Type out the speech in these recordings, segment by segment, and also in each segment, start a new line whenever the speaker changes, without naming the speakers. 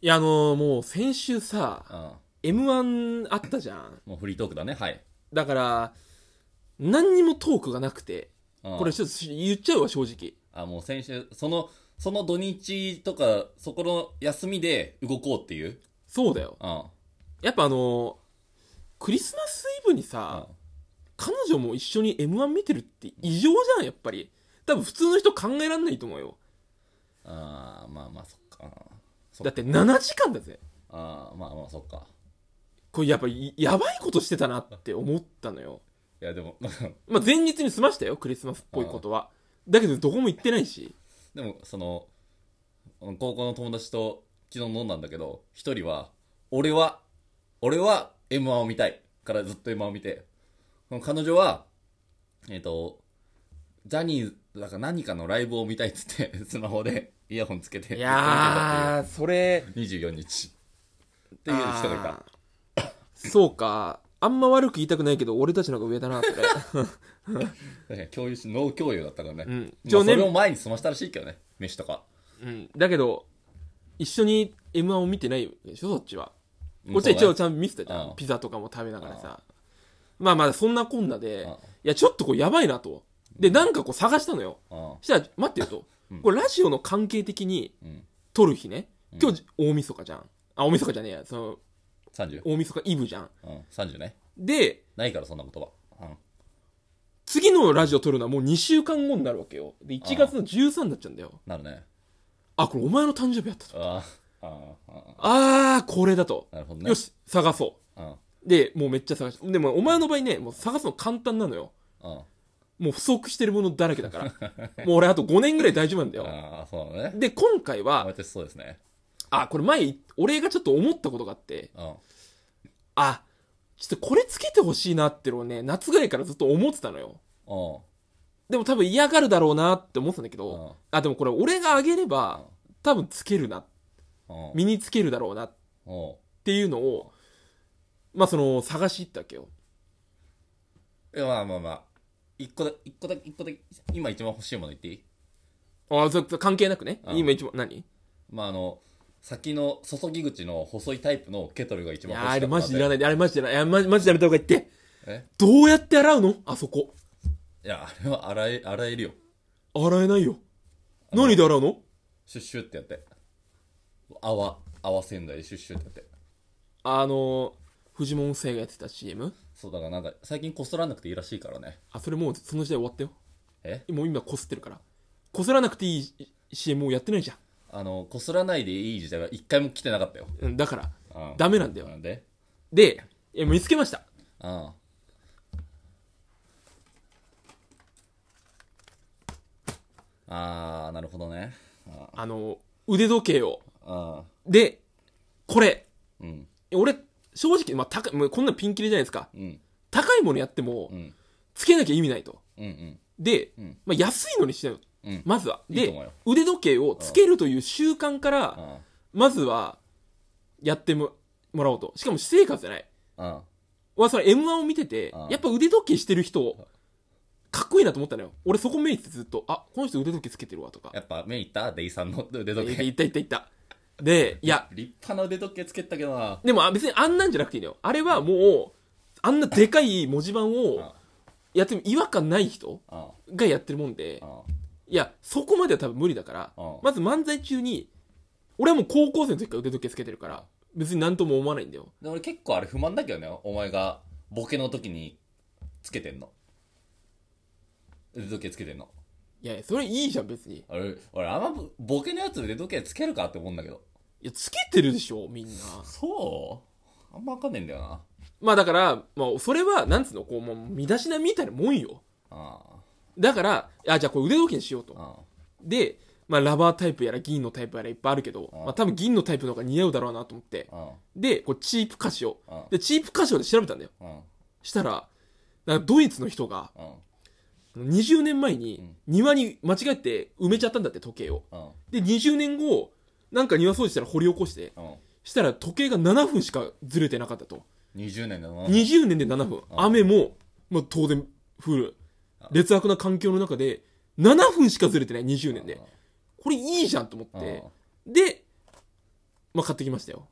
いや、あのーもう先週さ、
うん。
M1 あったじゃん。
もうフリートークだね。はい。
だから、何にもトークがなくて、
うん
これちょっと言っちゃうわ、正直。
あ、もう先週、その、その土日とか、そこの休みで動こうっていう。
そうだよ。
うん。うん。
やっぱあのークリスマスイブにさ、彼女も一緒に M1 見てるって異常じゃん、やっぱり。多分普通の人考えらんないと思うよ。
あーまあまあ、そっか。そ
だって7時間だぜ。
あーまあまあ、そっか。
これやっぱりやばいことしてたなって思ったのよ。
いや、でも、なんか
まあ、前日に済ましたよ、クリスマスっぽいことは。だけどどこも行ってないし。
でも、その、高校の友達と昨日飲んだんだけど、一人は、俺は、俺は M1 を見たい。からずっと M1 を見て、その彼女は、えっ、と、ジャニーズ、だから何かのライブを見たいっつって、 スマホでイヤホンつけて、
いやー、それ、
見てたっていう24日。っていう人がいた。
あーそうか。あんま悪く言いたくないけど、俺たちの方が上だな、 それ。
確かに共有し、脳共有だったからね。
うん一
ま
応
あ、
ね
それを前に済ましたらしいけどね、飯とか。
うん。だけど、一緒に M1 を見てないでしょ、そっちは。
うん
こっちは一応
そ
ちゃんと見せてたじゃ
うん
ん。ピザとかも食べながら
う
さ。まあまあ、そんなこんな
う
で
だね、
いや、ちょっとこう、やばいなと。で、なんかこう、探したのよ。
うんうん
したら、待ってよと
うん。
これ、ラジオの関係的に、
うん。
撮る日ね。
うん
今日、大晦日じゃん。あ、大晦日じゃねえや。その、
30。
大晦日イブじゃん。
うん。30ね。
で、
ないから、そんな言葉。うん。
次のラジオ撮るのはもう2週間後になるわけよ。で、1月の13になっちゃうんだよ。
なるね。
あ、これお前の誕生日やったと。
ああ、ああ、
あー、これだと。
なるほどね。
よ。し、探そ
うん、
う。で、もうめっちゃ探し、でもお前の場合ね、もう探すの簡単なのよ。
うん。
もう不足してるものだらけだ から。もう俺あと5年ぐらい大丈夫なんだよ。
ああ、そうだね。
で、今回は、
私そうですね。
あ、これ前、俺がちょっと思ったことがあって、
うん。
あ、ちょっとこれつけてほしいなってのをね、夏ぐらいからずっと思ってたのよ。
うん。
でも多分嫌がるだろうなって思ってたんだけ
う
ど、
ん。
あ、でもこれ俺があげれば、多分つけるな、
うん。
身につけるだろうなっ
うん。
ていうのを、まあその、探し行ったわけよ。
いや、まあまあまあ。一個だ、一個だけ、一個だけ、今一番欲しいもの言っていい
あ、そそ関係なくね。
うん
今一番、何い
まああの、先の注ぎ口の細いタイプのケトルが一番
や
欲しい。。
ーあれマジでいらないい。あれマジでいらない。いやマジマジでやめた方がいいって。
え
どうやって洗うのあそこ。
いや、あれは洗え、洗えるよ。
洗えないよ。何で洗うの
シュッシュってやって。泡、泡洗剤でシュッシュってやって。
あのー、フジモン生がやってた CM?
そう、だからなんか、最近こすらなくていいらしいからね。
あ、それもうその時代終わったよ。
え
もう今こすってるから。こすらなくていいい CM をやってないじゃん
あの、こすらないでいい時代は一回も来てなかったよ。
うん。だから、
うん
ダメなんだよ
な。んで
で、いや見つけました。
うん。あー、なるほどね。
あの、腕時計を。
あ
で、これ、
ーうん。
俺、正直、まあ、高い、もうこんなピンキリじゃないですか。
うん。
高いものやっても
う、ん。
つけなきゃ意味ないと。
うん。うん。
で、
うん
まあ、安いのにしなよ。
うん。
まずは。
いいと
で
思うよ、
腕時計をつけるという習慣から、
あ
まずは、やってももらおうと。しかも私生活じゃない。
ーあ
わ、それ M1 を見てて
あ、あ
やっぱ腕時計してる人、かっこいいなと思ったのよ。俺そこ目いってずっと、あ、この人腕時計つけてるわとか
ー。やっぱ目いったデイさん の腕
い
時
や
計。
いったいったいった。で、いや、
立派な腕時計つけてたけどな。
でもあ別にあんなんじゃなくていいのよ。あれはもう、あんなでかい文字盤
あ
をやっても違和感ない人
あ
がやってるもんで
ー、あ
いや、そこまでは多分無理だから
うん、
まず漫才中に、俺はもう高校生の時から腕時計つけてるから、別になんとも思わないんだよ。
ー。で、俺結構あれ不満だけどね。お前がボケの時につけてんの。腕時計つけてんの。
いやいや、それいいじゃん別に。い
俺、俺あんまボケのやつ腕時計つけるかって思うんだけど。
や、つけてるでしょ、みんな。
そうあんまわかんねえんだよな。
まあだから、まあそれは、なんつうの、こう、もう身だしなみみたいなもんよ。
ああ。
だから、あ、じゃあこれ腕時計にしようと。
あ
で、まあラバータイプやら銀のタイプやらいっぱいあるけど、
うん
まあ多分銀のタイプの方が似合うだろうなと思って、
あ、
で、こうチープカシオ
うん。
で、チープカシオで調べたんだよ。
うん、
したら、なんかドイツの人が、
うん、
20年前に庭に間違えて埋めちゃったんだって、時計を。
うん、
で、20年後、なんか庭掃除したら掘り起こして、
うん。
したら時計が7分しかずれてなかったと。
20年だな。
20年で7分。雨も、まあ当然降る。劣悪な環境の中で、7分しかずれてない、20年で。これいいじゃんと思って。で、まあ、買ってきましたよ。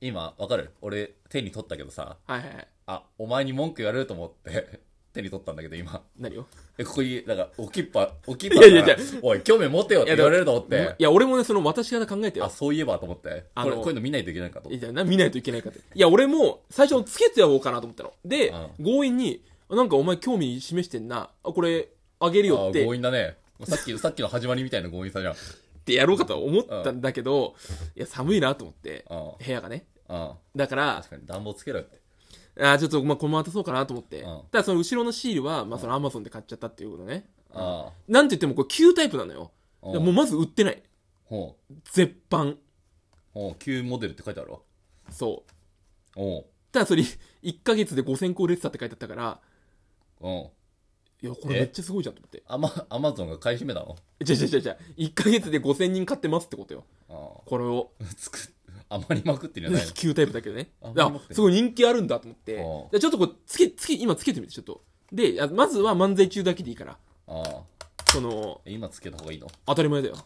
今、わかる俺、手に取ったけどさ、
はいはいはい。
あ、お前に文句言われると思って、 手に取ったんだけど、今。
何を
え、ここに、なんか、おきっぱ、おきっぱ
いやいや
から
いや
おい、興味持てよって言われると思っ
いや
て、、
俺もね、その私から考えて
あ、
よ。
そういえばと思って、
あ
こ
の
れ、こういうの見ないといけないかと思
え
っ
じ
て。
ゃあな見ないといけないかって。いや、俺も最初つけてやろうかなと思ったの。で、強引に、あなんかお前興味示してんな。あ、これ、あげるよ
あ
って
強、引だね。さっき、さっきの始まりみたいな強引さじゃん。
ってやろうかとは思ったんだけど、いや、寒いなと思って、
あ
部屋がね。
あ、
だから
確、かに暖房つけろよって。
あーちょっと、まあ、このまま渡そうかなと思って。
う
た
ん
だその後ろのシールは、まあ、そのアマゾンで買っちゃったっていうことね。
あ
なんて言っても、これ旧タイプなのよ。
あ、
もうまず売ってない。
ほう、
絶版。
ほう、旧モデルって書いてあるわ。
そう。
おう、
ただそれ、1ヶ月で5000個売れてたって書いてあったから、
おう。
いや、これ
え
めっちゃすごいじゃんと思って。
アマ、アマゾンが買い占めたの
じゃじゃじゃじゃ1ヶ月で5000人買ってますってことよ。
あ
これを。
あ、つく、余りまくってんじゃないの
旧タイプだけどね。
あ
だ
ほんまっすね
すごい人気あるんだと思って。
あ
じゃ
あ
あちょっとこう、つけ、つけ、今つけてみて、ちょっと。で、あまずは漫才中だけでいいから。
ああ、
その、
今つけた方がいいの
当たり前だよ。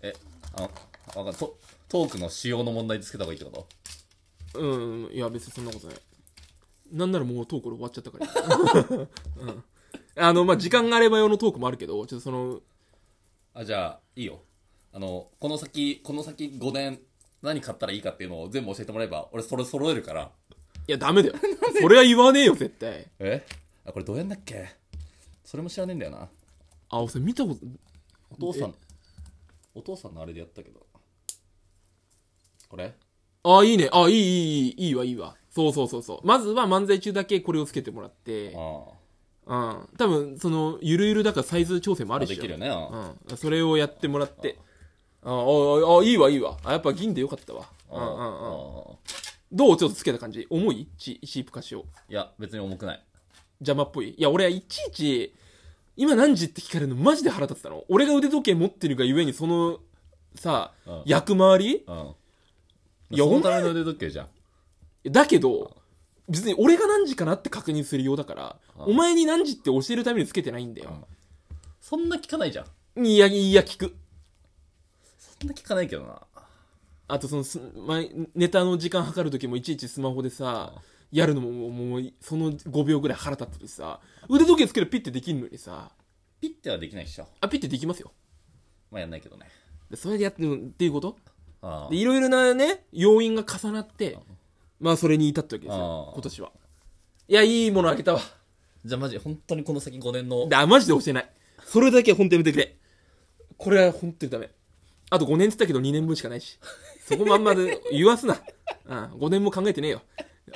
え、あ、わかんトトークの仕様の問題でつけた方がいいってこと
うん、いや、別にそんなことない。なんならもうトーク俺終わっちゃったから。 うん。あの、まあ、時間があれば用のトークもあるけど、ちょっとその、
あ、じゃあ、いいよ。あの、この先、この先5年、何買ったらいいかっていうのを全部教えてもらえば、俺それ揃えるから。
いや、ダメだよ。それは言わねえよ、絶対。
えあ、これどうやんだっけそれも知らねえんだよな。
あ、おさ見たこと、
お父さん、お父さんのあれでやったけど。これ
あ、いいね。あ、いい、いい、いい、いいわ、いいわ。そうそうそうそう。まずは漫才中だけこれをつけてもらって、うん。
あ
多分、その、ゆるゆるだからサイズ調整もあ
あ。
る
で
でしょ。
きるよね。あ
うん。それをやってもらって、ああ、あ、あいいわ、いいわ。あ、やっぱ銀でよかったわ。うんうんうん。
あ。
どうちょっとつけた感じ重いチチープカシオ。
いや、別に重くない。
邪魔っぽい。いや、俺はいちいち、今何時って聞かれるのマジで腹立ってたの。俺が腕時計持ってるがゆえに、その、さ、
うん
役回り
うん。
いや
そのための腕時計じゃん。
だけど、別に俺が何時かなって確認するようだから、
うん
お前に何時って教えるためにつけてないんだ
う
よ。
んそんな聞かないじゃん。
いや、いや、聞く。
そんな聞かないけどな。
あと、そのす、前、ネタの時間計るときもいちいちスマホでさ、やるのも、もうもう、その5秒ぐらい腹立っててさ、腕時計つけるピッてできんのにさ、
ピッてはできないっしょ。
あ、ピッてできますよ。
まあやんないけどね。
でそれでやってるっていうこと
あ
でいろいろなね要因が重なってまあそれに至ったわけですよ
あー
今年はいやいいものあげたわ
じゃあマジ、本当にこの先5年の。
だマジで教えないそれだけは本当にやめてくれこれは本当にダメあと5年って言ったけど2年分しかないしそこまんまで言わすな、うん、5年も考えてねえよ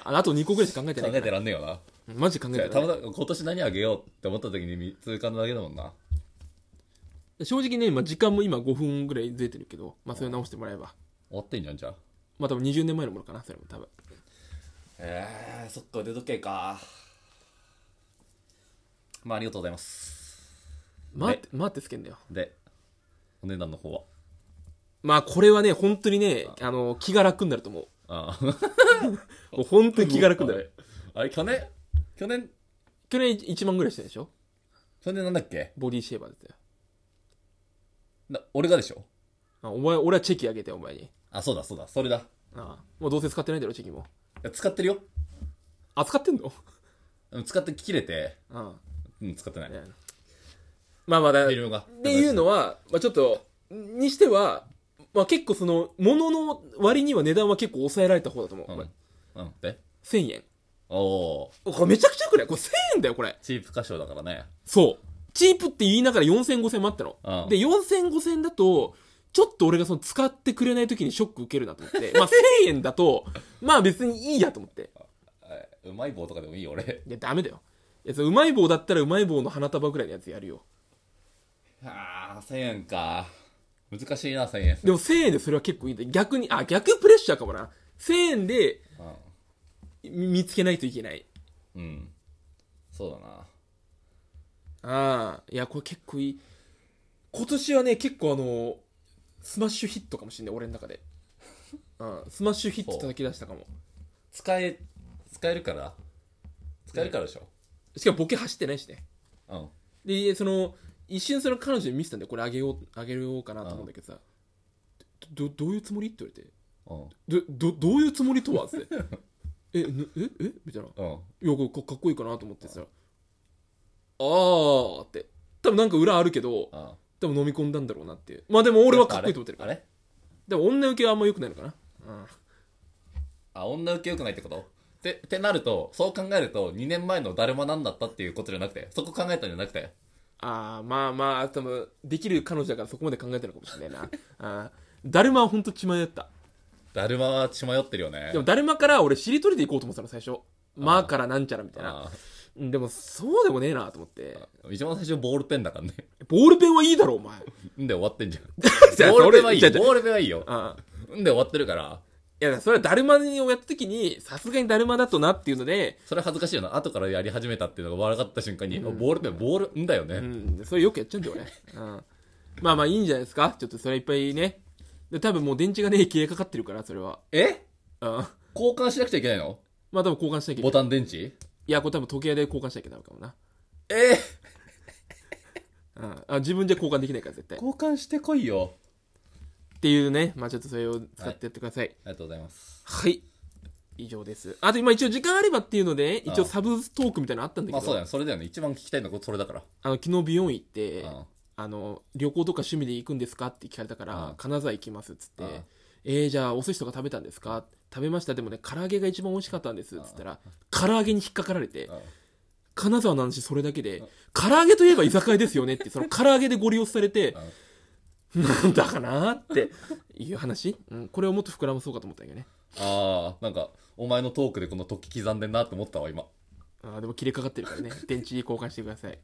ああと2個ぐらいしか考えてない
考
か
え
ら
てらんねえよな。
うんマジで考え
じゃ
て
あた
ない
またま今年何あげようって思った時に通過のだけだもんな。
正直ね、まあ、時間も今5分ぐらいずれてるけど、まあ、それを直してもらえば
終わってんじゃん、じゃあ。
まあ多分20年前のものかなそれも多分
えー、そっか、腕時計か。まあありがとうございます。
待って待ってつけんだよ
で、お値段の方は。
まあこれはね本当にねあの気が楽になると思う
ああ。
もう本当に気が楽だよ。
あれ、去年去年、
去年1万ぐらいしたでしょ
去年なんだっけ
ボディシェーバーだったよ。
な俺がでしょ
あお前、俺はチェキあげて、お前に。
あ、そうだ、そうだ、それだ。い
ああもうどうせ使ってないだろ、チェキも。
や使ってるよ。
あ、使ってんの
うん使って切れて、
あ
うん、使ってない。
あ、
フ
ねまあまあだ、っ
ィ
て
ルムが。って
いうのは、まあちょっと、にしては、まあ結構その、物の割には値段は結構抑えられた方だと思う。
うん。うん。で
1000円。
おお
これめちゃくちゃよくないこれ1000円だよ、これ
ー。チープ歌唱だからね。
そう。チープって言いながら4000、5000もあったの。
うん
で、4000、5000だと、ちょっと俺がその使ってくれない時にショック受けるなと思って、まあ1000円 だと、まあ別にいいやと思って。
えうまい棒とかでもいいよ、俺。
いや、ダメだよ。いや、そのうまい棒だったらうまい棒の花束ぐらいのやつやるよ。
ああ、1000円か。難しいな、1000円。
でも1000円でそれは結構いいんだ逆に、あ、逆プレッシャーかもな。1000円でみ見つけないといけない。
うん。うん。そうだな。
ああ、いや、これ結構いい。今年はね、結構あの、スマッシュヒットかもしんない、俺の中で。うん、スマッシュヒット叩き出したかも。
使え、使えるから。使えるからでしょ。
しかもボケ走ってないしね。
うん。
で、その、一瞬その彼女に見せたんで、これあげよう、あげようかなと思うんだけどさ、ど、どういうつもりって言われて、
うん
でどどういうつもりとはって「えぬええみたいな「
うん
いやこれかかっこいいかな」と思ってさ「あー」って多分なんか裏あるけど
あ
多分飲み込んだんだろうなっていうまあでも俺はかっこいいと思ってる
あ
から
れ
でも女受けはあんま良くないのかなうん
あ女受け良くないってことてってなるとそう考えると2年前の誰も何だったっていうことじゃなくてそこ考えたんじゃなくて
ああまあまあ多分できる彼女だからそこまで考えてるのかもしれない なあーだるまはほんと血迷った
だるまは血迷ってるよね
でもだるまから俺しりとりで行こうと思ってたの最初「ま」
あー
からなんちゃらみたいな
あ
うんでもそうでもねえなと思って
あ一番最初ボールペンだからね
ボールペンはいいだろお前
んで終わってんじゃん
じゃあ
ボールペンはいいよ
それ違う違う
ボールペンはいいよ
あー
んで終わってるから
いやそれはだるまをやった時にさすがにだるまだとなっていうので、
それ恥ずかしいよな後からやり始めたっていうのが悪かった瞬間に、ボールペンボールんだよね、
うん、それよくやっちゃうんだよ俺、うん、まあまあいいんじゃないですかちょっとそれいっぱいねで多分もう電池がね消えかかってるからそれは
え
うん
交換しなくちゃいけないの
まあ多分交換しなきゃいけない
ボタン電池
いやこれ多分時計で交換しなきゃダメかもな
え
うんあ自分じゃ交換できないから絶対っ
交換してこいよ
ていうねまあちょっとそれを使ってやってください
ありがとうございます
はい、以上ですあと今一応時間あればっていうので
ああ
一応サブトークみたいなのあったんだけど
まあそうだよねそれだよね一番聞きたいのがそれだから
あの昨日美容院行って
あ
あの旅行とか趣味で行くんですかって聞かれたから
ああ
金沢行きますっつって
ああ
えー、じゃあお寿司とか食べたんですか食べましたでもね唐揚げが一番美味しかったんですっつったら唐揚げに引っかかられて
あ
金沢の話それだけで唐揚げといえば居酒屋ですよね ってその唐揚げでご利用されて
あ
なんだかなっていう話、うん、これをもっと膨らまそうかと思ったんだけどね
あーなんかお前のトークでこの時刻んでんなって思ったわ今
あーでも切れかかってるからね電池交換してください